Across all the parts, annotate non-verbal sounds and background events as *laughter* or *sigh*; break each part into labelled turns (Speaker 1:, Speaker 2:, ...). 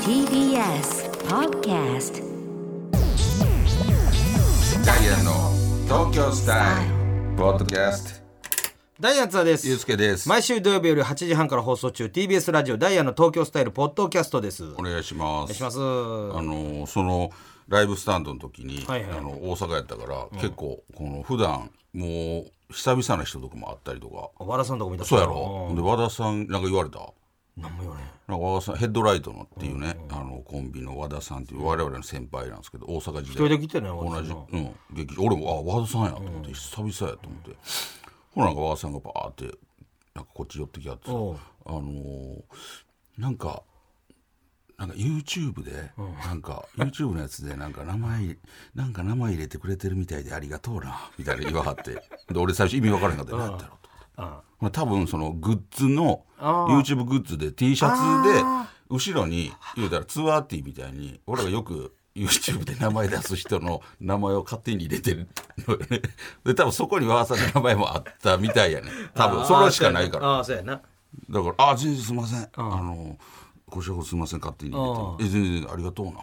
Speaker 1: TBS Podcast
Speaker 2: ダイアンの東京スタイルポッドキャスト
Speaker 3: ダイアンツアです
Speaker 2: ゆうすけです
Speaker 3: 毎週土曜日より8時半から放送中 TBS ラジオダイアンの東京スタイルポッドキャストですお
Speaker 2: お
Speaker 3: 願
Speaker 2: 願いします
Speaker 3: いします
Speaker 2: あのそのライブスタンドの時に、
Speaker 3: はいはい
Speaker 2: あの大阪やったから、結構この普段もう久々な人とかもあったりとか
Speaker 3: 小原さんとこ見た
Speaker 2: そうやろ、で和田さんなんか言われた
Speaker 3: 何も言われん
Speaker 2: なんか和田さんヘッドライトのっていうね、あのコンビの和田さんっていう我々の先輩なんですけど大阪時
Speaker 3: 一人
Speaker 2: 代
Speaker 3: で来てね
Speaker 2: 同
Speaker 3: 同
Speaker 2: じ、うん、劇場俺もあ和田さんやと思って、久々やと思ってほらなんか和田さんがバーってなんかこっち寄ってきはってさあ
Speaker 3: お
Speaker 2: の
Speaker 3: う
Speaker 2: ーなんかなんか YouTube で、なんか YouTube のやつでなんか名前なんか名前入れてくれてるみたいでありがとうなみたいな言わはってで俺最初意味分からへんかったよなんだろうと
Speaker 3: あ
Speaker 2: ほな多分そのグッズの
Speaker 3: あ
Speaker 2: YouTube グッズで T シャツで後ろに言うたらツアーティーみたいに俺がよく YouTube で名前出す人の名前を勝手に入れてる *laughs* のよねで多分そこに和田さんの名前もあったみたいやね多分それしかないから
Speaker 3: ああそうやな
Speaker 2: だから「あ全然すいませんあのご視聴すいません勝手に入れてえ全然ありがとうな」な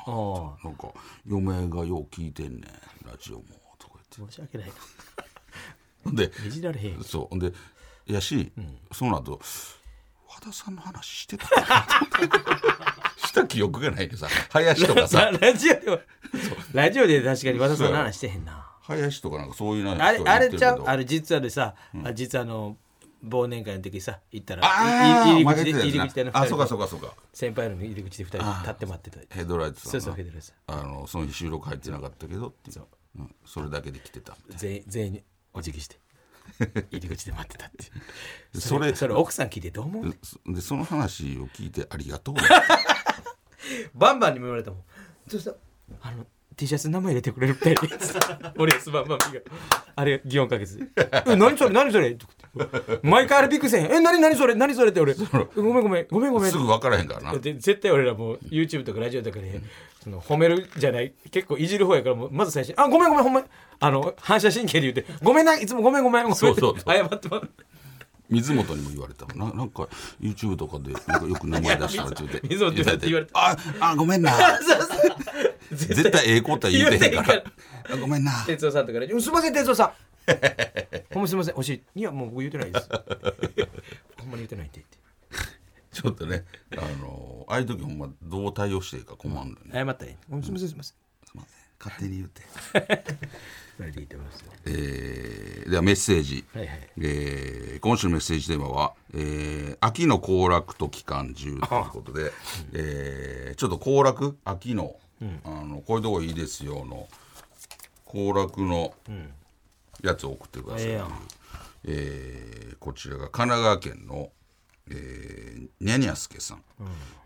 Speaker 2: んか「嫁がよう聞いてんねんラジオも」とか言っ
Speaker 3: 申し訳ないな
Speaker 2: てほんで
Speaker 3: いじられへん
Speaker 2: そうほんでやし、その後和田さんの話して
Speaker 3: *laughs*
Speaker 2: たかなと思ってした記憶がないけどさ林とか
Speaker 3: ラ
Speaker 2: さ
Speaker 3: *laughs* ラジオではラジオで確かに和田さんの話してへんな
Speaker 2: 林とかなんかそういうな
Speaker 3: あれ
Speaker 2: 人が言
Speaker 3: あ
Speaker 2: って
Speaker 3: れ
Speaker 2: る
Speaker 3: ち
Speaker 2: けど
Speaker 3: ゃうあの実はでさあ実はあの忘年会の時さ行ったら
Speaker 2: あ
Speaker 3: い
Speaker 2: ー
Speaker 3: い
Speaker 2: お前
Speaker 3: 入
Speaker 2: が
Speaker 3: り
Speaker 2: 言
Speaker 3: 口
Speaker 2: っ
Speaker 3: で
Speaker 2: てたやつ
Speaker 3: 入り口であの
Speaker 2: なあそう
Speaker 3: 二
Speaker 2: か
Speaker 3: 人
Speaker 2: そうかそうか
Speaker 3: 先輩の入り口で二人立って待ってた
Speaker 2: ヘッドライトさんな
Speaker 3: そうそうヘッドライトさん
Speaker 2: あのその日収録入ってなかったけどっていうそ,、ん、それだけで来てた
Speaker 3: 全員全員にお辞儀して入り口で待ってたってい
Speaker 2: *laughs*
Speaker 3: う
Speaker 2: そ
Speaker 3: そ
Speaker 2: れ
Speaker 3: れそれ奥さん聞いてどう思うねん
Speaker 2: でその話を聞いてありがとう
Speaker 3: バンバンにも言われたもんそしたらあの T シャツ名前入れてくれる
Speaker 2: *laughs*
Speaker 3: みたいです俺やすバンバンがあれ祇園か月で「え何それ何それ」とか言って毎回あれびっくりせん「え何何それ何それ」って俺「ごめんごめんごめんごめん」
Speaker 2: すぐ分からへんからな
Speaker 3: で絶対俺らもう YouTube とかラジオとかで、その褒めるじゃない結構いじる方やからもうまず最初に「あごめんごめんほんまにあの反射神経で言って「ごめんないつもごめんごめんごめん」
Speaker 2: そうそうそう
Speaker 3: *laughs* 謝ってもらう
Speaker 2: 水本にも言われたもんななんか YouTube とかでなんかよく名前出したらって言って
Speaker 3: 水本だって言われた
Speaker 2: ああごめんな絶対ええことは言うてへんから
Speaker 3: 言うてへんか
Speaker 2: あごめんな
Speaker 3: 哲夫さんとかね「すいません *laughs* 哲夫さん」「ほんますいませんお尻いやもう僕言うてない *laughs* です」「ほんまに言うてない」って
Speaker 2: ちょっとねあのああいう時ほんまどう対応していいか困るのよね
Speaker 3: 言って謝ったらいい「ほんますいませんすいません
Speaker 2: すいません勝手に言うて」
Speaker 3: それでいいと思いますね
Speaker 2: えーではメッセージ、
Speaker 3: はいはい
Speaker 2: えー今週のメッセージテーマは、えー秋の行楽と期間中ということで、えーちょっと行楽秋の,、あのこういうとこいいですよの行楽のやつを送ってください、
Speaker 3: ええやん
Speaker 2: えーこちらが神奈川県の、えー、にゃにゃすけさん、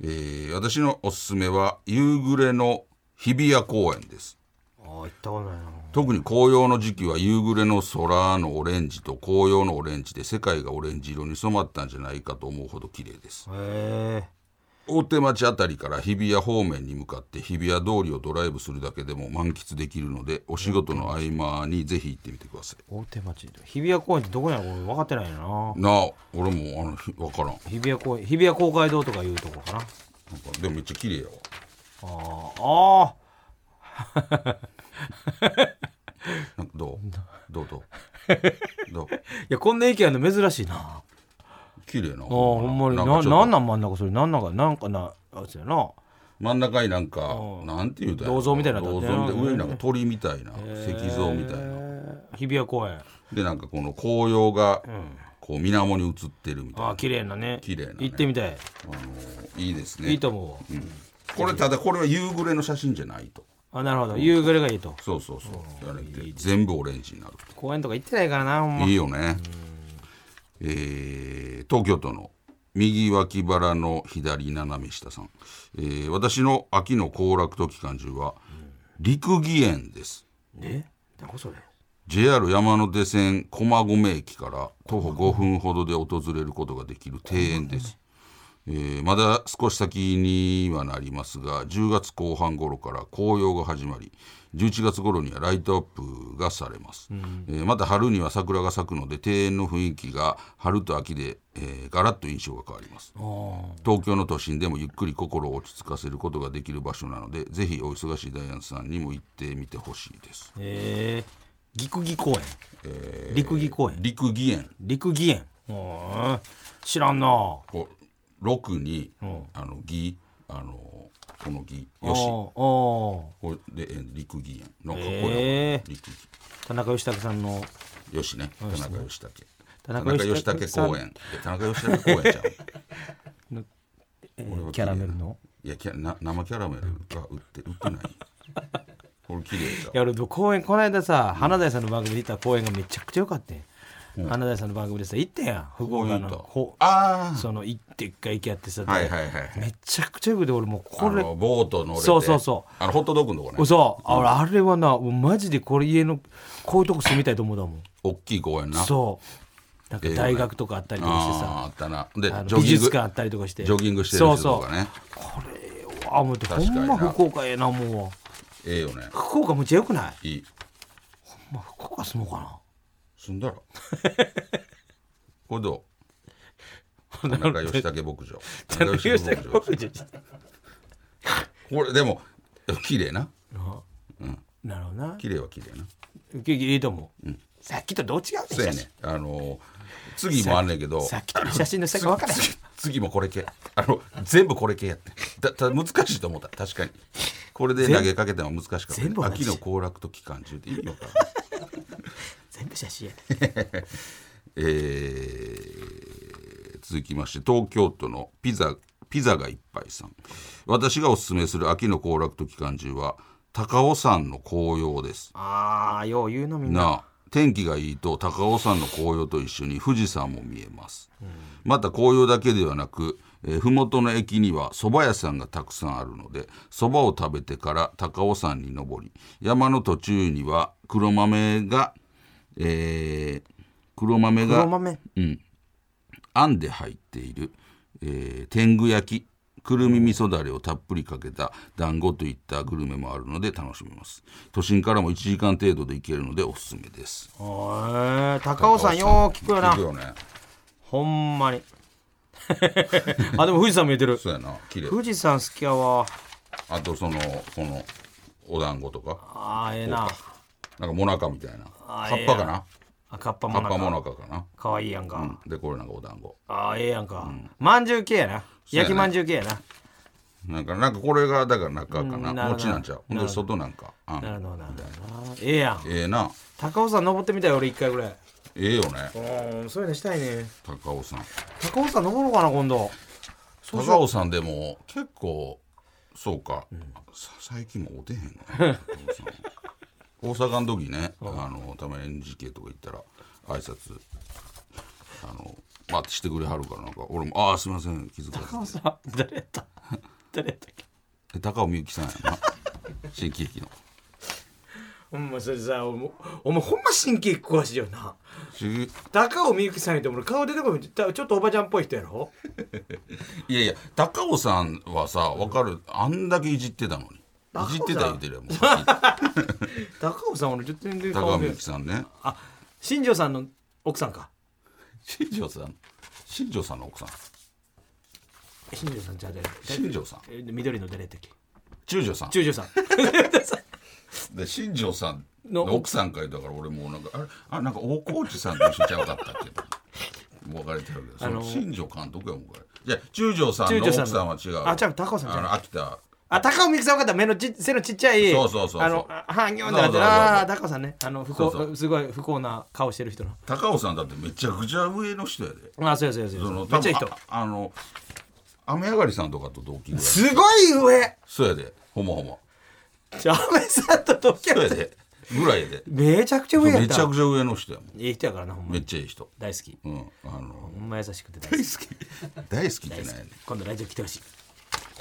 Speaker 2: えー私のおすすめは夕暮れの日比谷公園です
Speaker 3: ああ行ったことないな
Speaker 2: 特に紅葉の時期は夕暮れの空のオレンジと紅葉のオレンジで世界がオレンジ色に染まったんじゃないかと思うほど綺麗です
Speaker 3: へ
Speaker 2: 大手町あたりから日比谷方面に向かって日比谷通りをドライブするだけでも満喫できるのでお仕事の合間にぜひ行ってみてください
Speaker 3: 大手町日比谷公園ってどこやろ分かってない
Speaker 2: な
Speaker 3: な
Speaker 2: あ俺もあのひわからんなんか
Speaker 3: 日比谷公園日比谷公会堂とかいうとこかな
Speaker 2: でもめっちゃ綺麗やわ
Speaker 3: あーあ
Speaker 2: なんかどうどうどうどう
Speaker 3: ーいやこんな駅あるの珍しいな
Speaker 2: 綺麗な
Speaker 3: あーほんまにな
Speaker 2: かちょっと
Speaker 3: なんなん真ん中それなんなんかなんかなあそうやな
Speaker 2: 真ん中になんか
Speaker 3: うん
Speaker 2: なんていうたら
Speaker 3: 銅像みたいなのあ
Speaker 2: 銅
Speaker 3: った
Speaker 2: 像
Speaker 3: よ
Speaker 2: み
Speaker 3: な
Speaker 2: たいな上になんか鳥みたいな石像みたいな
Speaker 3: へー日比谷公園
Speaker 2: でなんかこの紅葉がこう水面に映ってるみたい
Speaker 3: あ
Speaker 2: な、
Speaker 3: あ綺麗なね
Speaker 2: 綺麗なね
Speaker 3: 行ってみたい、
Speaker 2: あのいいですね
Speaker 3: いいと思う、
Speaker 2: これただこれは夕暮れの写真じゃないと
Speaker 3: あなるほど夕暮れがいいと
Speaker 2: そうそうそう、あれで全部オレンジになる
Speaker 3: 公園とか行ってないからなほんま
Speaker 2: いいよね、えー東京都の右脇腹の左斜め下さん、えー私の秋の行楽と期間中は陸義園です
Speaker 3: え何こそれ
Speaker 2: JR 山手線駒込駅から徒歩5分ほどで訪れることができる庭園ですえーまだ少し先にはなりますが10月後半頃から紅葉が始まり11月頃にはライトアップがされます、えーまた春には桜が咲くので庭園の雰囲気が春と秋で、えーガラッと印象が変わります東京の都心でもゆっくり心を落ち着かせることができる場所なのでぜひお忙しいダイアンさんにも行ってみてほしいです
Speaker 3: ええぎくぎ公園、陸ぎ公園
Speaker 2: 陸義園
Speaker 3: 陸ぎ園うん知らんな
Speaker 2: こう六に、あの義あのこの義よし
Speaker 3: おーお
Speaker 2: これでえー陸義園なんかこれ、
Speaker 3: へー
Speaker 2: 陸義
Speaker 3: ー田中義武さんの
Speaker 2: よしね田中義武
Speaker 3: 田
Speaker 2: 田
Speaker 3: 中
Speaker 2: 中
Speaker 3: 義武
Speaker 2: 義
Speaker 3: さん
Speaker 2: 武公園いや田中義武公園ちゃう
Speaker 3: えー
Speaker 2: これは
Speaker 3: キャラメルの
Speaker 2: いやキャな生キャラメルが売って売ってないこれ綺麗じゃん
Speaker 3: いや俺公園この間さ花大さんの番組で行った公園がめちゃくちゃ良かったよ花大さんの番組でさ行ったやん福
Speaker 2: こうい
Speaker 3: 岡
Speaker 2: う
Speaker 3: の
Speaker 2: と
Speaker 3: こ
Speaker 2: あ
Speaker 3: その行って一回行きやってさ
Speaker 2: あはいはいはいはい
Speaker 3: めちゃくちゃよくて俺もうこれ
Speaker 2: あのボート乗れて
Speaker 3: そうそうそう
Speaker 2: あのホットドッグのとこね
Speaker 3: 嘘あ俺あれはなもうマジでこれ家のこういうとこ住みたいと思うだもん
Speaker 2: 大きい公園な
Speaker 3: そうなんか大学とかあったりとかして
Speaker 2: あ
Speaker 3: さ
Speaker 2: ああったなで
Speaker 3: あの
Speaker 2: ジョ
Speaker 3: 美
Speaker 2: ギン
Speaker 3: 術
Speaker 2: グ
Speaker 3: 館あったりとかして
Speaker 2: ジョギングして
Speaker 3: そ
Speaker 2: る
Speaker 3: う
Speaker 2: 人と
Speaker 3: そ
Speaker 2: か
Speaker 3: う
Speaker 2: ね
Speaker 3: これは思ってほ
Speaker 2: 確かに
Speaker 3: ん
Speaker 2: な
Speaker 3: ま福岡ええなもう
Speaker 2: ええよね
Speaker 3: 福岡むっちゃよくない
Speaker 2: いい
Speaker 3: まあ福岡住もうか
Speaker 2: 住ん
Speaker 3: *laughs*
Speaker 2: だらこれどう田中義武牧
Speaker 3: *laughs*
Speaker 2: 場
Speaker 3: な
Speaker 2: 田中義武牧場
Speaker 3: 田中義武
Speaker 2: これでも綺麗な
Speaker 3: なるほどな
Speaker 2: 綺麗は綺麗な
Speaker 3: 受けいいと思うさっきとどう違う
Speaker 2: そうやねあのー次もあんねんけど
Speaker 3: さっきとの写真の差が分からへん
Speaker 2: 次次もこれ系あの全部これ系やってだた難しいと思った確かにこれで投げかけても難しかった
Speaker 3: 全部同じ
Speaker 2: 秋の行楽と期間中って意味わからん
Speaker 3: 全部写真やね
Speaker 2: *laughs* えー続きまして東京都のピザピザがいっぱいさん私がおすすめする秋の行楽と期間中は高尾山の紅葉です
Speaker 3: ああよう言うのみんな
Speaker 2: なあ天気がいいと高尾山の紅葉と一緒に富士山も見えます、また紅葉だけではなく、えー麓の駅には蕎麦屋さんがたくさんあるので蕎麦を食べてから高尾山に登り山の途中には黒豆が、えー黒豆が
Speaker 3: 黒豆
Speaker 2: 餡で入っている、えー天狗焼きくるみ味噌だれをたっぷりかけた団子といったグルメもあるので楽しめます都心からも1時間程度で行けるのでおすすめです
Speaker 3: へえ高尾山よう聞くよな
Speaker 2: 聞くよね
Speaker 3: ほんまに *laughs* あでも富士山見えてる
Speaker 2: そうやな綺麗
Speaker 3: 富士山好きやわ
Speaker 2: あとそのこのお団子とか
Speaker 3: あーええな
Speaker 2: なんかもなかみたいな
Speaker 3: あ
Speaker 2: 葉っぱかな
Speaker 3: あカッパ
Speaker 2: 葉
Speaker 3: も
Speaker 2: っ
Speaker 3: な
Speaker 2: ぱも
Speaker 3: んか
Speaker 2: なかかな
Speaker 3: かわいいやんか、
Speaker 2: でこれなんかお団子
Speaker 3: ああええやんか、まんじゅう系やな
Speaker 2: うや
Speaker 3: 焼
Speaker 2: ね
Speaker 3: きまんじゅう系やな
Speaker 2: なんかなんかこれがだから中か
Speaker 3: うん
Speaker 2: な
Speaker 3: なるほど
Speaker 2: 餅なんちゃうほんで外なんかあ
Speaker 3: なる
Speaker 2: ん
Speaker 3: ほどなるほどなええやん
Speaker 2: ええな
Speaker 3: 高尾山登ってみたい俺一回ぐらい
Speaker 2: ええよね
Speaker 3: うんそういうのしたいね
Speaker 2: 高尾山
Speaker 3: 高尾山登ろうかな今度そうしよ
Speaker 2: 高尾さんでも結構そうか、さ最近もおてへんな高尾さん *laughs* 大阪の時ね、あのたまに NGK とか行ったら挨拶あのバッてしてくれはるからなんか俺も「ああすいません気づかず」
Speaker 3: うさ *laughs* 誰やった誰やったっけ
Speaker 2: え高尾みゆきさんやん
Speaker 3: *laughs*
Speaker 2: な新喜劇の
Speaker 3: ほんまそれさお前お前ほんま神経詳しいよな
Speaker 2: し
Speaker 3: 高尾みゆきさん言っても俺顔出てこないちょっとおばちゃんっぽい人や *laughs* ろ
Speaker 2: いやいや高尾さんはさ分かるあんだけいじってたのにいじってた言うてるやん
Speaker 3: *laughs*
Speaker 2: もう
Speaker 3: 高尾さん俺ちょっと全然
Speaker 2: 高尾
Speaker 3: 顔
Speaker 2: み
Speaker 3: 見え
Speaker 2: ゆ
Speaker 3: ない
Speaker 2: きさんね
Speaker 3: あ新庄さんの奥さんか
Speaker 2: 新庄さん新庄さんの奥さん
Speaker 3: 新庄さんじゃあ誰
Speaker 2: 新庄さん
Speaker 3: え緑の誰だっけ
Speaker 2: 中条さん
Speaker 3: 中条さん
Speaker 2: で新庄さん
Speaker 3: の
Speaker 2: の奥さんかいだから俺もうなんかあれあなんか大河内さんと一緒ちゃうかったっけもう別れてるけどそ
Speaker 3: あの
Speaker 2: の新庄監督やもんこれいや中条さん
Speaker 3: 中
Speaker 2: の
Speaker 3: 条
Speaker 2: 奥
Speaker 3: さんの
Speaker 2: さんは違う
Speaker 3: あ違う高尾さんじゃ
Speaker 2: あ
Speaker 3: ない
Speaker 2: の秋田
Speaker 3: あ高尾みゆきさん分かった目のち背のちっちゃい
Speaker 2: そうそうそうそう
Speaker 3: あのあ半魚になってる
Speaker 2: そうそうそうそう
Speaker 3: あー高尾さんねあの不幸
Speaker 2: そうそ
Speaker 3: すごい不幸な顔してる人な
Speaker 2: 高尾さんだってめちゃくちゃ上の人やで
Speaker 3: あそうやそうやそうや
Speaker 2: その
Speaker 3: めっちゃいい
Speaker 2: 多
Speaker 3: 人
Speaker 2: 分ああの雨上がりさんとかと同期ぐらい
Speaker 3: すごい上
Speaker 2: そうやでほもほも
Speaker 3: じゃあ安倍さんと同居
Speaker 2: そうやでぐらいや
Speaker 3: *laughs*
Speaker 2: で
Speaker 3: めちゃくちゃ上やっ
Speaker 2: めち
Speaker 3: た
Speaker 2: ゃくちゃ上の人やもん
Speaker 3: いい人やからなほんま
Speaker 2: め
Speaker 3: に
Speaker 2: っちゃいい人
Speaker 3: 大好き
Speaker 2: うんあの
Speaker 3: ほんま優しくて大好
Speaker 2: 大
Speaker 3: き
Speaker 2: 好き大好きってないね
Speaker 3: 今度ラジオ来てほしい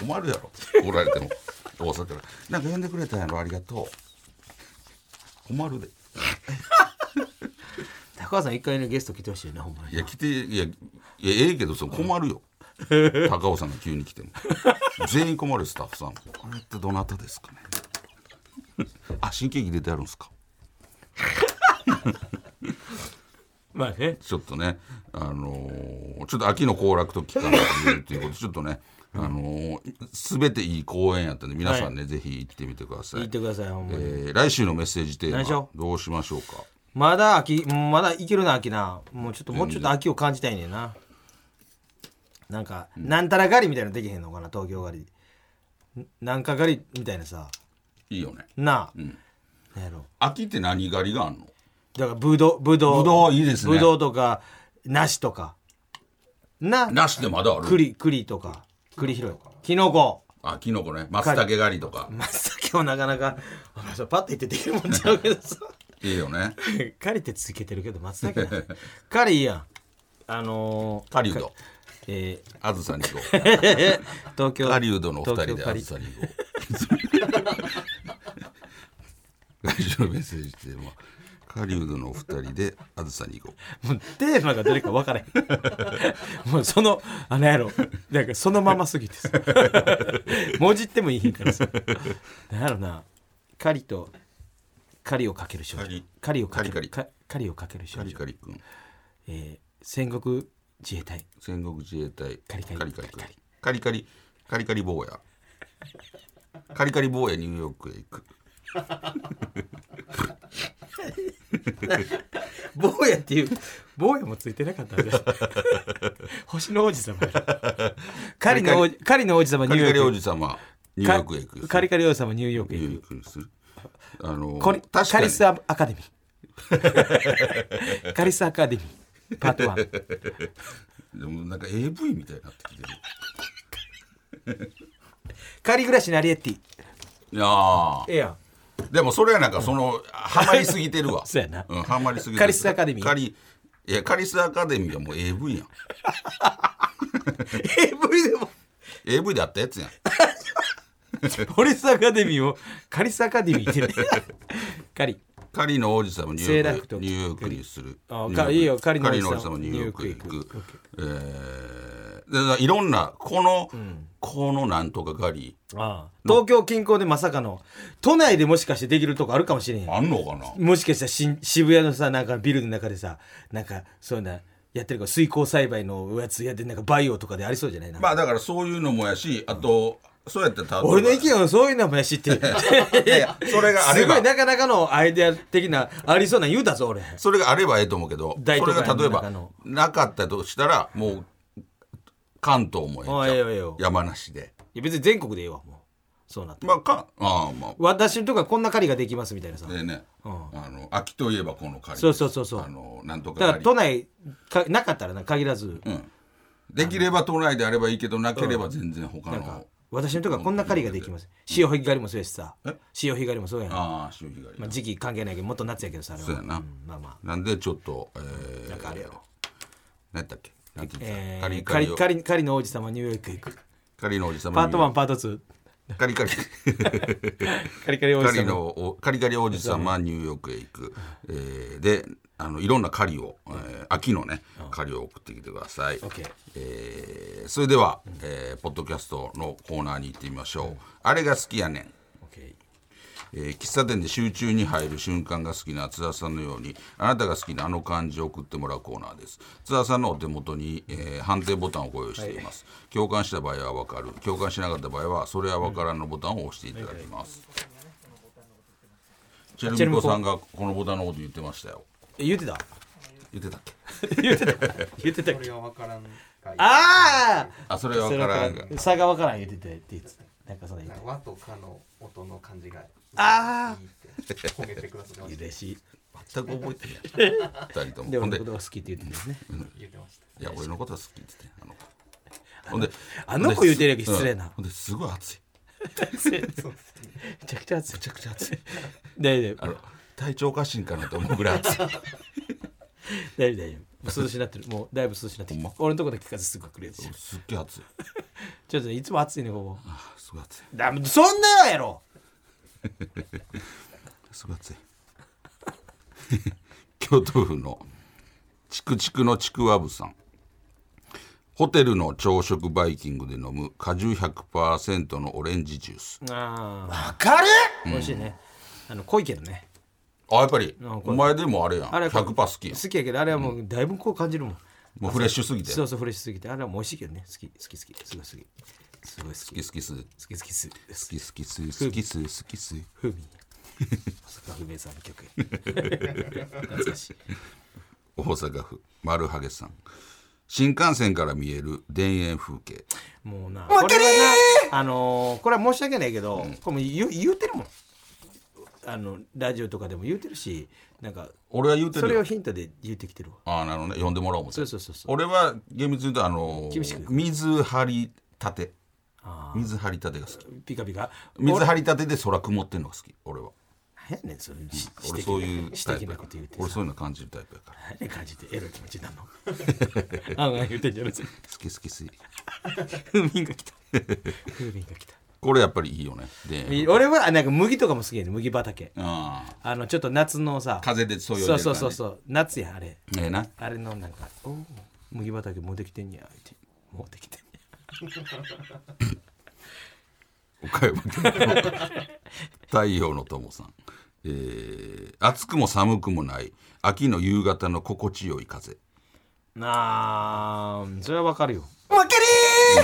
Speaker 2: 困るやろおられても大阪から「なんか呼んでくれたんやろありがとう」困るで
Speaker 3: 高尾さん一回のゲスト来てほしいよねほんまに
Speaker 2: いや来ていやいやええけどその困るよ、高尾さんが急に来ても全員困るスタッフさんこれってどなたですかねあ神経入れてあるんですか
Speaker 3: まあね
Speaker 2: ちょっとね、あのーちょっと秋の行楽と期間が見えるということで、ちょっとね、あのす、べていい公演やったんで、皆さんね、ぜひ行ってみてくださ
Speaker 3: 言っ
Speaker 2: い。
Speaker 3: てくださいほん
Speaker 2: え
Speaker 3: まに、
Speaker 2: ー来週のメッセージテー
Speaker 3: 何しよ
Speaker 2: マ、どうしましょうか。
Speaker 3: まだ秋まだいけるな秋なもうちょっともうちょっと秋を感じたいねんななんか、なんたら狩りみたいなのできへんのかな東京狩りんなんか狩りみたいなさ
Speaker 2: いいよね。
Speaker 3: なあ、なんやろ
Speaker 2: 秋って何狩りがあんの
Speaker 3: だからブドウブドウ
Speaker 2: ぶどういいですね
Speaker 3: ブドウとか梨とかな
Speaker 2: なしでまだある。
Speaker 3: 栗栗とか栗拾いキノコ
Speaker 2: あ、キノコね。松茸狩りとか。
Speaker 3: 真っ先はなかなかあのさパッと言ってできるもんちゃうけ
Speaker 2: *laughs*
Speaker 3: どさ
Speaker 2: いいよね。
Speaker 3: 狩りって続けてるけど松茸な狩りいいやんあのー、
Speaker 2: 狩人。
Speaker 3: えー
Speaker 2: あずさに行こ
Speaker 3: *laughs*
Speaker 2: う。 *laughs*
Speaker 3: 東京
Speaker 2: 狩人のお二人であず
Speaker 3: 東京
Speaker 2: さに行こ
Speaker 3: *laughs*
Speaker 2: う。来週のメッセージテーマ、狩人のお二人であずさに行こう。
Speaker 3: 狩りもうテーマがどれか分からへん *laughs* もうそのあのやろなんかそのまます
Speaker 2: *laughs*
Speaker 3: ぎてさもじってもいいひんからさなんやろな狩りと狩りをかける少女
Speaker 2: 狩り
Speaker 3: 狩りをかける
Speaker 2: 狩り狩
Speaker 3: か狩りをかける少
Speaker 2: カリ
Speaker 3: 女
Speaker 2: カリ君。
Speaker 3: えー戦国自衛隊
Speaker 2: 戦国自衛隊
Speaker 3: カリカリ
Speaker 2: カリカリ君カリカリカリカリ坊やカリカリ坊やニューヨークへ行く
Speaker 3: 坊やっていう坊やもついてなかったんです
Speaker 2: *laughs*
Speaker 3: 星の王子様や狩りの王子狩りの王子様ニ
Speaker 2: カ
Speaker 3: ュー
Speaker 2: リ
Speaker 3: ヨ
Speaker 2: カリ王
Speaker 3: ーク
Speaker 2: 子様ニューヨークへ行く
Speaker 3: へカリカリ王子様ニューヨークへ
Speaker 2: ニュ
Speaker 3: 行
Speaker 2: ーヨーク
Speaker 3: く
Speaker 2: にするあの
Speaker 3: これ
Speaker 2: 確
Speaker 3: カ
Speaker 2: か
Speaker 3: リ
Speaker 2: に
Speaker 3: スアアカデミー *laughs* カリスアカデミーパート1
Speaker 2: でもなんか AV みたいになってきてる
Speaker 3: カリ暮らしナリエッティ
Speaker 2: いやー
Speaker 3: ええや *laughs* ん
Speaker 2: でもそれはなんかそのハマりすぎてるわ
Speaker 3: *laughs* そうやなん
Speaker 2: ハマりすぎてる
Speaker 3: カリスアカデミー
Speaker 2: カリいやカリスアカデミーはもう AV やん
Speaker 3: AV でも
Speaker 2: AV であったやつやん
Speaker 3: カリスアカデミーをカリスアカデミーってね *laughs* カリ
Speaker 2: カリの王子様ニューヨーク
Speaker 3: セーラー服と
Speaker 2: ニューヨークにする。
Speaker 3: あ
Speaker 2: ニューヨー
Speaker 3: か
Speaker 2: ク
Speaker 3: いいよカリの王子様
Speaker 2: カニューヨークへ行
Speaker 3: ニューヨ
Speaker 2: く
Speaker 3: ークへ行。
Speaker 2: えー、でだからいろんなこの、このなんとかガリ
Speaker 3: ああ東京近郊でまさかの都内でもしかしてできるとこあるかもしれんやん
Speaker 2: あんのかな。
Speaker 3: もしかしたら新渋谷のさなんかビルの中でさなんかそういうのやってるか水耕栽培のやつやってなんかバイオとかでありそうじゃないな
Speaker 2: まあだからそういうのもやし、あと、そうやってた
Speaker 3: 俺の意見はそういうのもやしって *laughs* いう
Speaker 2: いやいやそれがあれば
Speaker 3: すごいなかなかのアイデア的なありそうなん言うたぞ俺
Speaker 2: それがあればええと思うけど、そ
Speaker 3: 大
Speaker 2: れ
Speaker 3: 都会
Speaker 2: が例え
Speaker 3: の中
Speaker 2: ば
Speaker 3: の
Speaker 2: なかったとしたらもう関東もええ
Speaker 3: ああええ
Speaker 2: じゃ
Speaker 3: よ
Speaker 2: ん
Speaker 3: ええよ
Speaker 2: 山梨で。
Speaker 3: いや別に全国でええわもうそうなって、
Speaker 2: まあかああまあ。
Speaker 3: 私のとこはこんな狩りができますみたいなさ、
Speaker 2: でね、
Speaker 3: うん
Speaker 2: あの秋といえばこの狩り
Speaker 3: そうそうそうそう
Speaker 2: あのなんとか
Speaker 3: だか
Speaker 2: 狩
Speaker 3: ら
Speaker 2: り
Speaker 3: 都内かなかったらな限らず、
Speaker 2: うん、できれば都内であればいいけどなければ全然他の、
Speaker 3: なんか私のとこはこんな狩りができます、潮干狩りもそうやしさ潮干狩りもそうやん、
Speaker 2: ああ潮干狩り、
Speaker 3: まあ、時期関係ないけどもっと夏やけどさあれは
Speaker 2: そうやなん
Speaker 3: まあま
Speaker 2: なんでちょっと、えー、
Speaker 3: あなんかあれやろ、
Speaker 2: 何やったっけなんて言ってた、
Speaker 3: え
Speaker 2: カ
Speaker 3: ー、
Speaker 2: リ
Speaker 3: 狩り
Speaker 2: カリ
Speaker 3: 狩り狩りの王子様ニューヨーク行く
Speaker 2: カリのおじさま
Speaker 3: パート1パート2
Speaker 2: カリカリ
Speaker 3: 狩り狩り王
Speaker 2: カ
Speaker 3: 子
Speaker 2: リ
Speaker 3: 様
Speaker 2: のおカリカリおじさまニューヨークへ行く、えー、であのいろんな狩りを、えー、秋のね狩りを送ってきてください、
Speaker 3: オッケー
Speaker 2: えー、それでは、えー、ポッドキャストのコーナーに行ってみましょう、あれが好きやねん
Speaker 3: オッケー
Speaker 2: えー喫茶店で集中に入る瞬間が好きな津田さんのようにあなたが好きなあの漢字を送ってもらうコーナーです津田さんのお手元に、えー判定ボタンをご用意しています、共感した場合はわかる共感しなかった場合はそれはわからんのボタンを押していただきます、チェルミコさんがこのボタンのこと言ってましたよ
Speaker 3: え言ってた *laughs*
Speaker 2: 言ってたっけ
Speaker 3: 言ってた言ってたっ
Speaker 1: こ
Speaker 3: け
Speaker 1: れが分からんかい
Speaker 3: あ
Speaker 2: あそれは
Speaker 3: あ
Speaker 2: わからんが
Speaker 3: 差がわからん言っててって言ってたなんかそんな言って
Speaker 1: 和とかの音の感じがいい
Speaker 3: あ
Speaker 1: って褒めてくださってま
Speaker 3: た
Speaker 1: した
Speaker 3: 嬉しい
Speaker 2: 全く覚えてない二人とも
Speaker 3: で
Speaker 2: ほん
Speaker 3: 俺
Speaker 2: で
Speaker 3: のことが好きって言ってたよね
Speaker 1: 言ってました
Speaker 2: いや俺のことは好きって言ってあの子ほんで
Speaker 3: あの子言うてるやけど失礼な
Speaker 2: うんほんですごい熱い
Speaker 3: めちゃくちゃ熱いめちゃくちゃ熱い大丈
Speaker 2: あ
Speaker 3: 夫
Speaker 2: の体調おかしいんかなと思うぐらい熱い
Speaker 3: 大丈夫大丈夫涼しになってるもうだいぶ涼しになって
Speaker 2: ほ
Speaker 3: き
Speaker 2: ん
Speaker 3: た
Speaker 2: ま
Speaker 3: 俺のとこだけ風すぐ来るやつ
Speaker 2: すっげえ暑い。
Speaker 3: ちょっとねいつも暑いねここ
Speaker 2: あすごい暑い。
Speaker 3: だそんなやろ
Speaker 2: すごい暑 *laughs* い。京都府のちくちくのちくわぶさん。ホテルの朝食バイキングで飲む果汁100%のオレンジジュース
Speaker 3: ああ
Speaker 4: わかる
Speaker 3: 美味しいねあの濃いけどね
Speaker 2: あやっぱり
Speaker 3: なんか
Speaker 2: お前でもあれやん
Speaker 3: あれ
Speaker 2: 100%好きやん
Speaker 3: 好きやけどあれはもうだいぶこう感じるもん
Speaker 2: もうフレッシュすぎて
Speaker 3: そ
Speaker 2: 好
Speaker 3: うそうフレッシュすぎてあれはもう美味しいけどね好き好き好きすごい好きすごい好き
Speaker 2: き好きす好
Speaker 3: 好き好きす好き
Speaker 2: き好きす好きす好きす
Speaker 3: ふみ大阪不明さんの曲懐かしい
Speaker 2: 大阪府丸ハゲさん新幹線から見える田園風景
Speaker 3: もうなこれはなあのーこれは申し訳ないけど、これもう言う言うてるもんあのラジオとかでも言うてるしなんか
Speaker 2: 俺は言うて
Speaker 3: そ
Speaker 2: る
Speaker 3: れを
Speaker 2: よ
Speaker 3: ヒントで言うてきてるわ
Speaker 2: ああなるほどね呼んでもらおう思って
Speaker 3: そうそうそうそう
Speaker 2: 俺は厳密に言うとあのー
Speaker 3: 厳しく
Speaker 2: 水張りたて
Speaker 3: あ
Speaker 2: 水張りたてが好き
Speaker 3: ピカピカ
Speaker 2: 水張りたてで空曇ってんのが好き俺は
Speaker 3: 何やねんそれし
Speaker 2: 俺そういう
Speaker 3: 私
Speaker 2: タイ
Speaker 3: 的
Speaker 2: プ
Speaker 3: な
Speaker 2: や
Speaker 3: こと言うて
Speaker 2: 俺
Speaker 3: さ
Speaker 2: そういうの感じるタイプやから
Speaker 3: 何感じてエロい気持ちに
Speaker 2: *laughs*
Speaker 3: なるのあんあん言うてんじゃない
Speaker 2: 好き好き好き
Speaker 3: 風味が来た風味が来た
Speaker 2: これやっぱりいいよねで
Speaker 3: 俺はなんか麦とかも好きやね麦畑
Speaker 2: ああ
Speaker 3: あのちょっと夏のさ
Speaker 2: 風でそよいで
Speaker 3: そう
Speaker 2: る
Speaker 3: そ
Speaker 2: 感
Speaker 3: う
Speaker 2: じ
Speaker 3: そうそう夏やあれ
Speaker 2: ええな
Speaker 3: あれのなんか「おお麦畑もうできてんねや」って「もうできてんねや
Speaker 2: 岡山県
Speaker 3: *laughs*
Speaker 2: の太陽の友さん、えー暑くも寒くもない秋の夕方の心地よい風」
Speaker 3: あーそれはわかるよ
Speaker 4: わか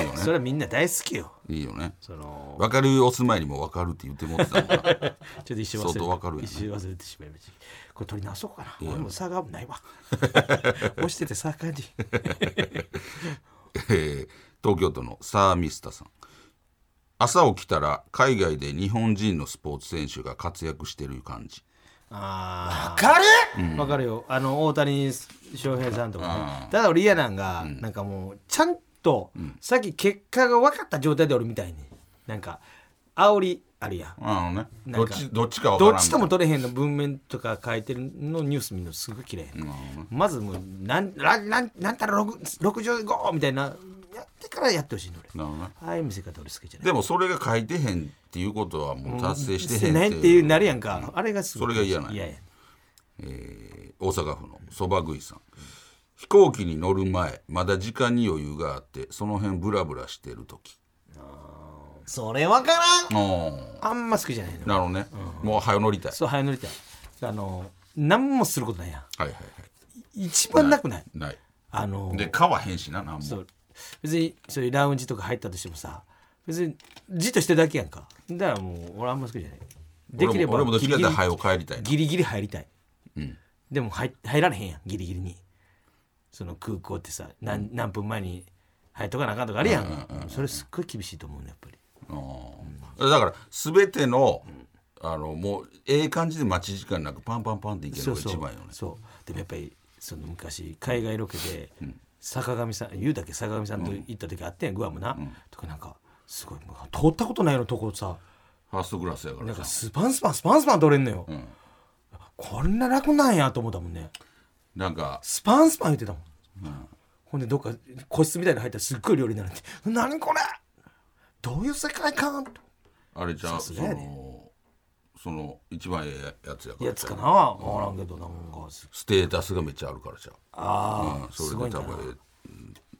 Speaker 2: いいよ
Speaker 3: そ
Speaker 2: ね
Speaker 3: れはみんな大好きよ
Speaker 2: いいよね
Speaker 3: その
Speaker 2: 分かるお住まいにも分かるって言ってもってたもんな
Speaker 3: ちょっと一瞬忘れ
Speaker 2: 相当わかるよ
Speaker 3: て
Speaker 2: ね
Speaker 3: 一瞬忘れてしまいましたこれ取り直そうかな俺も差がない *laughs* わ押してて差感じ
Speaker 2: えー東京都のサーミスタさん朝起きたら海外で日本人のスポーツ選手が活躍してる感じ
Speaker 3: あ
Speaker 4: るわかる
Speaker 3: ーわかるよあの大谷翔平さんとかねただ俺嫌なんがなんかもうちゃんとさっき結果が分かった状態で俺みたいになんか煽りあるやん
Speaker 2: あのね
Speaker 3: な
Speaker 2: ど
Speaker 3: ん
Speaker 2: っ
Speaker 3: か
Speaker 2: ちどっちか分から
Speaker 3: ど
Speaker 2: ん
Speaker 3: っちとも取れへんの文面とか書いてるのニュース見るのすごい嫌いやね、まずもうなんなんなんなんたら6 65みたいなやってからやってほしいの
Speaker 2: な
Speaker 3: 俺
Speaker 2: るほどね
Speaker 3: ああいう見せ方俺好きじゃない
Speaker 2: でもそれが書いてへんっていうことはもう達成してへん
Speaker 3: ないっていうなるやんか、あれがすごい
Speaker 2: それが嫌なんや
Speaker 3: いやいや
Speaker 2: えー大阪府のそば食いさん飛行機に乗る前まだ時間に余裕があってその辺ブラブラしてる時
Speaker 4: それわからん
Speaker 2: あー
Speaker 3: あんま好きじゃないの
Speaker 2: なるほどね、もう早乗りたい
Speaker 3: そう早乗りたいあの何もすることないやん
Speaker 2: はいはいは
Speaker 3: 一番なくない
Speaker 2: いない
Speaker 3: あの
Speaker 2: で買わへんしななんも
Speaker 3: そう別にそういうラウンジとか入ったとしてもさ別にじっとしてるだけやんかだからもう俺あんま好きじゃないで
Speaker 2: 俺
Speaker 3: きれ
Speaker 2: も
Speaker 3: ば
Speaker 2: 俺もどっちかって早帰りたいな
Speaker 3: ギリギリ入りたい、でも入入られへんやんギリギリにその空港ってさ何何分前に入っとかなあかんとかあるやん,、それすっごい厳しいと思うねやっぱり
Speaker 2: うんだから全てのあのもうええ感じで待ち時間なくパンパンパンっていける
Speaker 3: そ
Speaker 2: の
Speaker 3: う
Speaker 2: が
Speaker 3: そう
Speaker 2: 一番よね
Speaker 3: そうでもやっぱりその昔海外ロケで坂上さん言うだけ坂上さんと行った時あったやんグアムな、とかなんかすごいもう通ったことないようなとこさ
Speaker 2: ファーストクラスやから
Speaker 3: なん
Speaker 2: さ
Speaker 3: かスパンスパンスパンスパン取れんのよ、こんな楽なんやと思ったもんね
Speaker 2: なんか
Speaker 3: スパンスパン言ってたもん、ほんでどっか個室みたいに入ったらすっごい料理になるって「何これどういう世界観?」と
Speaker 2: あれじゃあ
Speaker 3: さ
Speaker 2: そ
Speaker 3: すがやで
Speaker 2: のその一番ええやつやから
Speaker 3: やつかな分からんけどなんかす
Speaker 2: ステータスがめっちゃあるからじゃ
Speaker 3: あ
Speaker 2: あ、
Speaker 3: あ
Speaker 2: そ
Speaker 3: す
Speaker 2: れ
Speaker 3: ごい
Speaker 2: で
Speaker 3: んだ
Speaker 2: 多
Speaker 3: な
Speaker 2: 分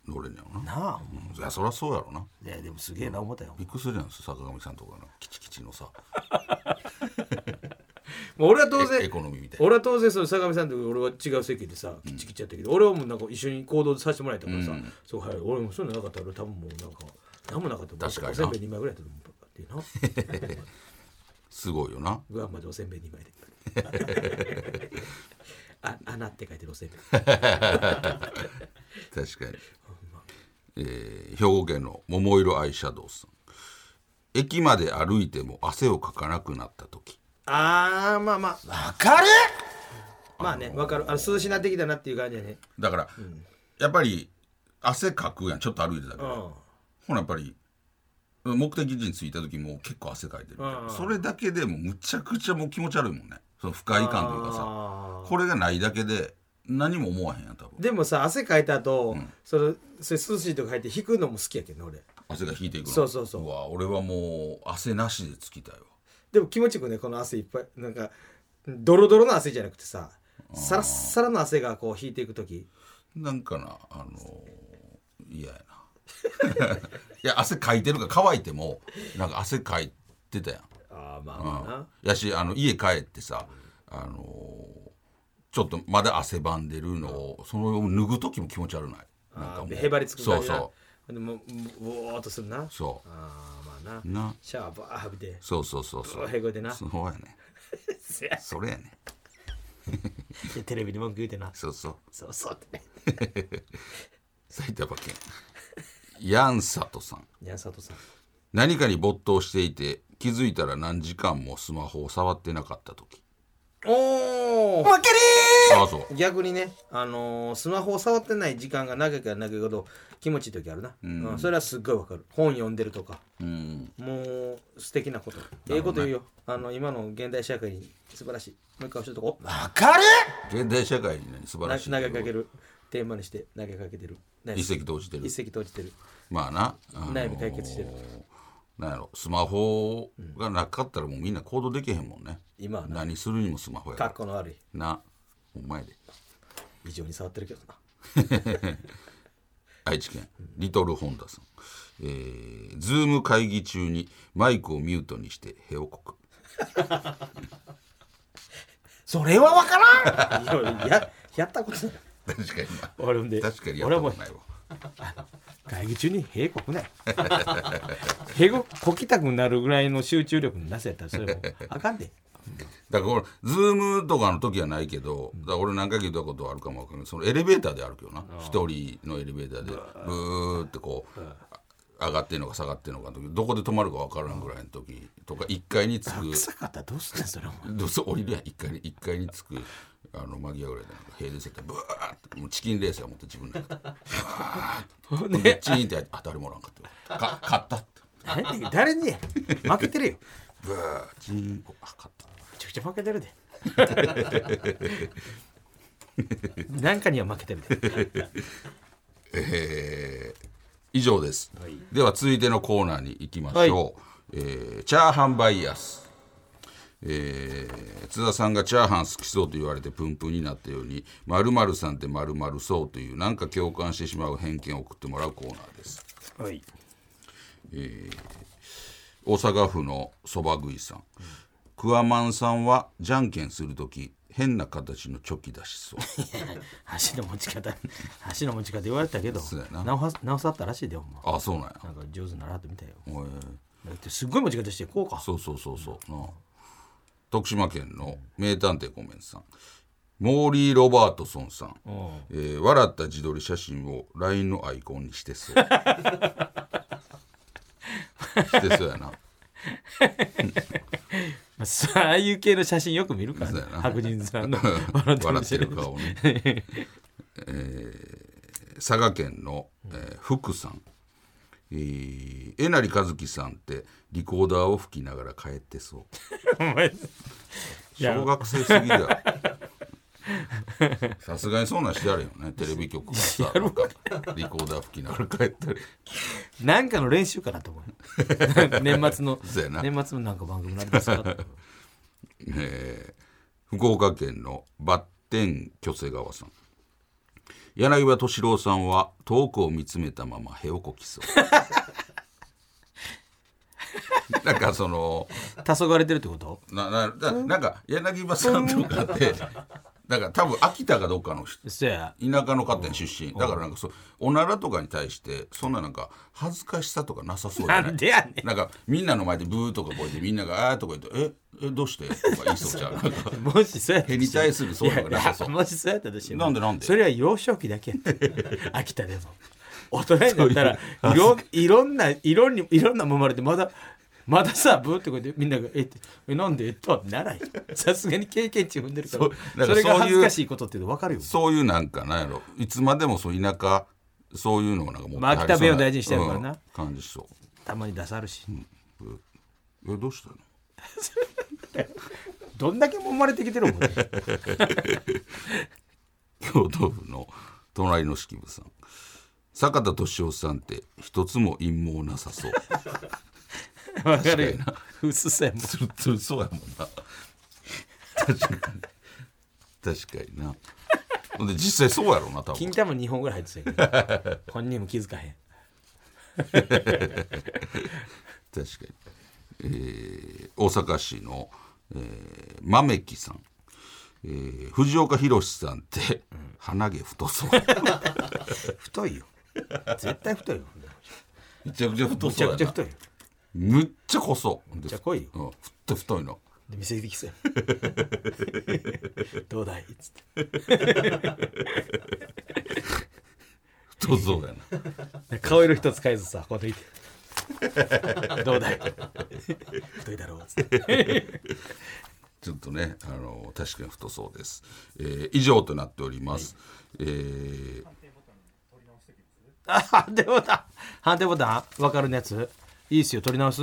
Speaker 2: 乗れんやろな、
Speaker 3: なあ
Speaker 2: うんいやそりゃそうやろない
Speaker 3: やでもすげえな思ったよ
Speaker 2: びっくりするやん坂上さんとかのキチキチのさ
Speaker 3: 俺は当
Speaker 2: エエコノミーみたいな
Speaker 3: 俺は当然その坂上さんと俺は違う席でさきっちきっちゃったけど、俺はもうなんか一緒に行動させてもらえたからさ、そうはい俺もそういうのなかったら俺多分もうなんか何もなかったら
Speaker 2: 確かに
Speaker 3: お
Speaker 2: な
Speaker 3: せんべい2枚ぐらいだ *laughs* と思うっていうな
Speaker 2: すごいよな
Speaker 3: グアムまでおせんべい2枚で *laughs* あ穴って書いてるおせんべい
Speaker 2: 確かに、えー兵庫県の桃色アイシャドウさん駅まで歩いても汗をかかなくなった時
Speaker 3: あーまあまあ
Speaker 4: わかる
Speaker 3: まあねわかるあの涼しなってきたなっていう感じやね
Speaker 2: だから、やっぱり汗かくやんちょっと歩いてたけ
Speaker 3: う
Speaker 2: ど、
Speaker 3: ん
Speaker 2: ほらやっぱり目的地に着いた時も結構汗かいてるみたいな、
Speaker 3: うん
Speaker 2: それだけでもむちゃくちゃもう気持ち悪いもんねその不快感というかさ
Speaker 3: あー
Speaker 2: これがないだけで何も思わへんやん多分
Speaker 3: でもさ汗かいた後、そのそれ涼しいとこ入って引くのも好きやけどね俺
Speaker 2: 汗が引いていくの
Speaker 3: そうそうそう
Speaker 2: わ俺はもう汗なしでつきたいわ
Speaker 3: でも気持ちよくねこの汗いっぱいなんかドロドロの汗じゃなくてさサラッサラの汗がこう引いていく時
Speaker 2: なんかなあのー嫌やな *laughs* いや汗かいてるから乾いてもなんか汗かいてたやん
Speaker 3: ああまあ
Speaker 2: う
Speaker 3: ま
Speaker 2: ん
Speaker 3: あな
Speaker 2: やしあの家帰ってさ、あのーちょっとまだ汗ばんでるのをその脱ぐ時も気持ち悪ないなんか
Speaker 3: あ
Speaker 2: もう
Speaker 3: ーへばりつく
Speaker 2: そ
Speaker 3: 感
Speaker 2: う
Speaker 3: じな
Speaker 2: そ
Speaker 3: でもぼーっとするな
Speaker 2: うそ
Speaker 3: ああまあ
Speaker 2: う
Speaker 3: な
Speaker 2: な
Speaker 3: シャワーバー浴びて
Speaker 2: そうそうそう
Speaker 3: ブ
Speaker 2: そ
Speaker 3: ワ
Speaker 2: う
Speaker 3: ーへこいて *laughs* な
Speaker 2: そうやね
Speaker 3: せや
Speaker 2: それやね
Speaker 3: でテレビに文句言うてな
Speaker 2: そうそう
Speaker 3: そうそうって
Speaker 2: 埼玉県ヤンサトさん
Speaker 3: いや佐藤さん
Speaker 2: 何かに没頭していて気づいたら何時間もスマホを触ってなかった時
Speaker 3: おお
Speaker 4: 負け
Speaker 2: ああそう
Speaker 3: 逆にね、あのースマホを触ってない時間が長いから長いほど気持ちいい時あるな、うんそれはすっごいわかる本読んでるとか
Speaker 2: うん
Speaker 3: もう素敵なことええこと言うよあの今の現代社会に素晴らしいもう一回教えとこう
Speaker 4: りわかる
Speaker 2: 現代社会に何素晴
Speaker 3: な
Speaker 2: らしい
Speaker 3: 投げかけるテーマにして投げかけてるナイ
Speaker 2: 一
Speaker 3: ス
Speaker 2: 石投じてる
Speaker 3: 一石投じてる
Speaker 2: まあな、あのー
Speaker 3: 悩み解決してる
Speaker 2: なんやろスマホがなかったらもうみんな行動できへんもんね、
Speaker 3: 今はな
Speaker 2: 何するにもスマホやか
Speaker 3: 格
Speaker 2: ら
Speaker 3: 好の悪い
Speaker 2: なお前で
Speaker 3: 異常に触ってるけどな
Speaker 2: 愛知県リトルホンダさん、えー、ズーム会議中にマイクをミュートにしてへをこく
Speaker 4: それはわからん
Speaker 3: *laughs* いやいややったことない
Speaker 2: 確かにな
Speaker 3: 俺んで
Speaker 2: 確かにやったことないわ
Speaker 3: 会議中に閉国ね閉国こきたくなるぐらいの集中力のなせやったらそ
Speaker 2: *laughs*
Speaker 3: れもうあかんで
Speaker 2: だから俺ズームとかの時はないけど、だから俺何回か言ったことあるかもわかんないそのエレベーターであるけどな一人のエレベーターでブーってこうあ上がってんのか下がってんのかの時どこで止まるか分からんぐらいの時とか1階に着く
Speaker 3: 臭かったらどうすんねんそれお前
Speaker 2: どうせ降りるやん1階に一階に着くあの間際ぐらいでなんか平然してブーってもうチキンレースや思って自分でブーってチーンってやってあ誰もおらんかったか勝ったって
Speaker 3: 何で誰にや負けてるよ
Speaker 2: ブーチーンこうあ勝った
Speaker 3: めちゃくちゃ負けてるでなんかには負けてるで
Speaker 2: えー以上です、では続いてのコーナーに行きましょう、えーチャーハンバイアス、えー津田さんがチャーハン好きそうと言われてプンプンになったように「まるさんってまるそう」というなんか共感してしまう偏見を送ってもらうコーナーです
Speaker 3: はい
Speaker 2: 大阪府のそば食いさん、クワマンさんはじゃんけんする時変な形のチョキ出し *laughs* そう
Speaker 3: 箸の持ち方箸の持ち方言われたけど
Speaker 2: そうやな
Speaker 3: 直さ直さったらしいでほんま
Speaker 2: あそうなんや、
Speaker 3: なんか上手にならってみたよ
Speaker 2: えー
Speaker 3: だってすっごい持ち方してこうか
Speaker 2: そうそうそうそう、なあ徳島県の名探偵コメンさんモーリー・ロバートソンさん、えー笑った自撮り写真を LINE のアイコンにしてそう *laughs* してそうやな
Speaker 3: まあそうああいう系の写真よく見るから、
Speaker 2: そう
Speaker 3: ね
Speaker 2: やな、
Speaker 3: 白人さんの
Speaker 2: *laughs* 笑ってる顔ね、えー佐賀県の、えー福さんえーえなりかずきさんってリコーダーを吹きながら帰ってそう
Speaker 3: お前いや
Speaker 2: 小学生すぎだ *laughs* よさすがにそんなんしてやるよねテレビ局がさなんかリコーダー吹きながら帰ったり
Speaker 3: なんかの練習かなと思う年末の
Speaker 2: そうやな
Speaker 3: 年末のなんか番組なりますかって
Speaker 2: えー福岡県のバッテン巨瀬川さん柳葉敏郎さんは遠くを見つめたままへをこきそう *laughs* なんかその
Speaker 3: 黄昏れてるってこと
Speaker 2: ななななんか柳葉さんとかってなんか多分秋田かどっかの人
Speaker 3: そや
Speaker 2: 田舎の家庭出身だからなんかそうおならとかに対してそんななんか恥ずかしさとかなさそうじゃ
Speaker 3: な
Speaker 2: ない
Speaker 3: んでやね
Speaker 2: なんかみんなの前でブーとかこうやってみんなが「あー」とか言って「ええどうして?」とか言いそうち
Speaker 3: *laughs*
Speaker 2: ゃうなんか
Speaker 3: んもしそうやった
Speaker 2: へに対するそういうのがなさそう
Speaker 3: いやいやもしそうやったとしても
Speaker 2: なんでなんで
Speaker 3: それは幼少期だけや
Speaker 2: *laughs*
Speaker 3: った秋田でも大人になったらいろいろんないろんにいろんなもん生まれてまだまださブーってこうやってみんなが「えってえなんで?」とはならんよさすがに経験値踏んでるから
Speaker 2: そうだ
Speaker 3: そ
Speaker 2: から
Speaker 3: れが
Speaker 2: そうい
Speaker 3: 恥
Speaker 2: う
Speaker 3: ずかしいことっていうの分かるよ
Speaker 2: そういうなんかなんやろいつまでもそう田舎そういうのをなんか持って
Speaker 3: まあ秋田
Speaker 2: 入りそうな
Speaker 3: 弁を大事にしてるからな
Speaker 2: うん感じしそ
Speaker 3: たまに出さるし
Speaker 2: うえどうしたの
Speaker 3: どんだけ揉まれてきて
Speaker 2: *laughs*
Speaker 3: るもんね
Speaker 2: 京都府の隣の式部さん坂田敏夫さんって一つも陰謀なさそう
Speaker 3: 分かるよ薄さやもん
Speaker 2: ツルツルそうやもんな確かに確かになほんで実際そうやろうな多分
Speaker 3: 金玉2本ぐらい入ってたよ、ね、本人も気づかへん
Speaker 2: 確かに、えー大阪市の、えー、豆木さん、えー藤岡弘さんって、鼻毛太そう
Speaker 3: 太いよ絶対太いよ
Speaker 2: めちゃくちゃ *laughs* 太
Speaker 3: むちゃくちゃ太いよ
Speaker 2: むっちゃ細むっ
Speaker 3: ちゃ濃いよ
Speaker 2: うん、ふっと太いの
Speaker 3: で見せてきそうや *laughs* どうだいっつって
Speaker 2: 太そうやな
Speaker 3: で顔色一つ変えずさこうやって見てどうだい太いだろうっつって
Speaker 2: ちょっとねあの確かに太そうです、えー以上となっております、えー
Speaker 3: あ判定ボタン判定ボタン分かるのやついいっすよ取り直す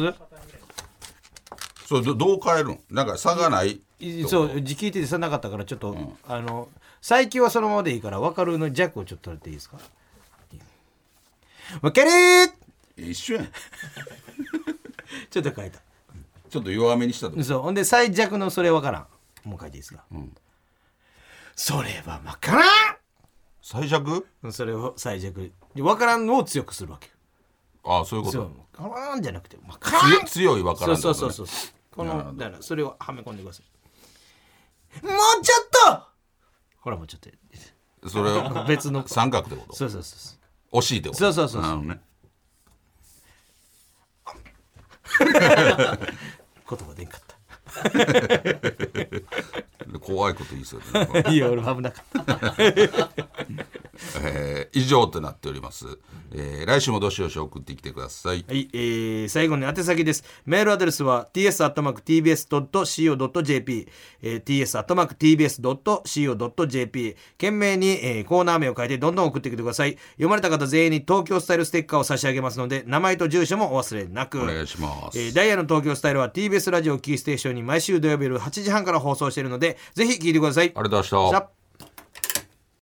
Speaker 2: それどどう変えるんなんか差がない
Speaker 3: いそう字聞いててさなかったからちょっと、あの最近はそのままでいいから分かるの弱をちょっと取っていいですか分かるー
Speaker 2: 一緒やん
Speaker 3: ちょっと書いた
Speaker 2: ちょっと弱めにしたと
Speaker 3: そうほんで最弱のそれ分からんもう書いていいですか、それは分から
Speaker 2: 最弱
Speaker 3: んそれを最弱で分からんのを強くするわけよ
Speaker 2: ああそういうこ
Speaker 3: そ
Speaker 2: と
Speaker 3: う分からんじゃなくて分からん
Speaker 2: 強強いわからんって
Speaker 3: そ
Speaker 2: こ
Speaker 3: う
Speaker 2: とね
Speaker 3: そうそうそうこ
Speaker 2: なるほ
Speaker 3: の
Speaker 2: ど
Speaker 3: だからそれをはめ込んでくださいもうちょっとほらもうちょっと
Speaker 2: それを
Speaker 3: 別の
Speaker 2: 三角ってこと
Speaker 3: そうそうそうそう
Speaker 2: 惜しいってこと
Speaker 3: そうそうそう
Speaker 2: なるほどね
Speaker 3: 言葉でんかっ
Speaker 2: 怖いこと言いそうだ
Speaker 3: *laughs*
Speaker 2: ね
Speaker 3: た *laughs* いや俺危なかった
Speaker 2: えー以上となっております、えー来週もどしどし送ってきてください、
Speaker 3: はい、えー最後に宛先です。メールアドレスは ts.tbs.co.jp、えー、ts.tbs.co.jp。懸命に、えーコーナー名を書いてどんどん送ってきてください。読まれた方全員に東京スタイルステッカーを差し上げますので、名前と住所もお忘れなく。
Speaker 2: お願いします、
Speaker 3: えーダイヤの東京スタイルは TBS ラジオをキーステーションに毎週土曜日夜8時半から放送しているので、ぜひ聞いてください。
Speaker 2: ありがとうございました
Speaker 3: さあ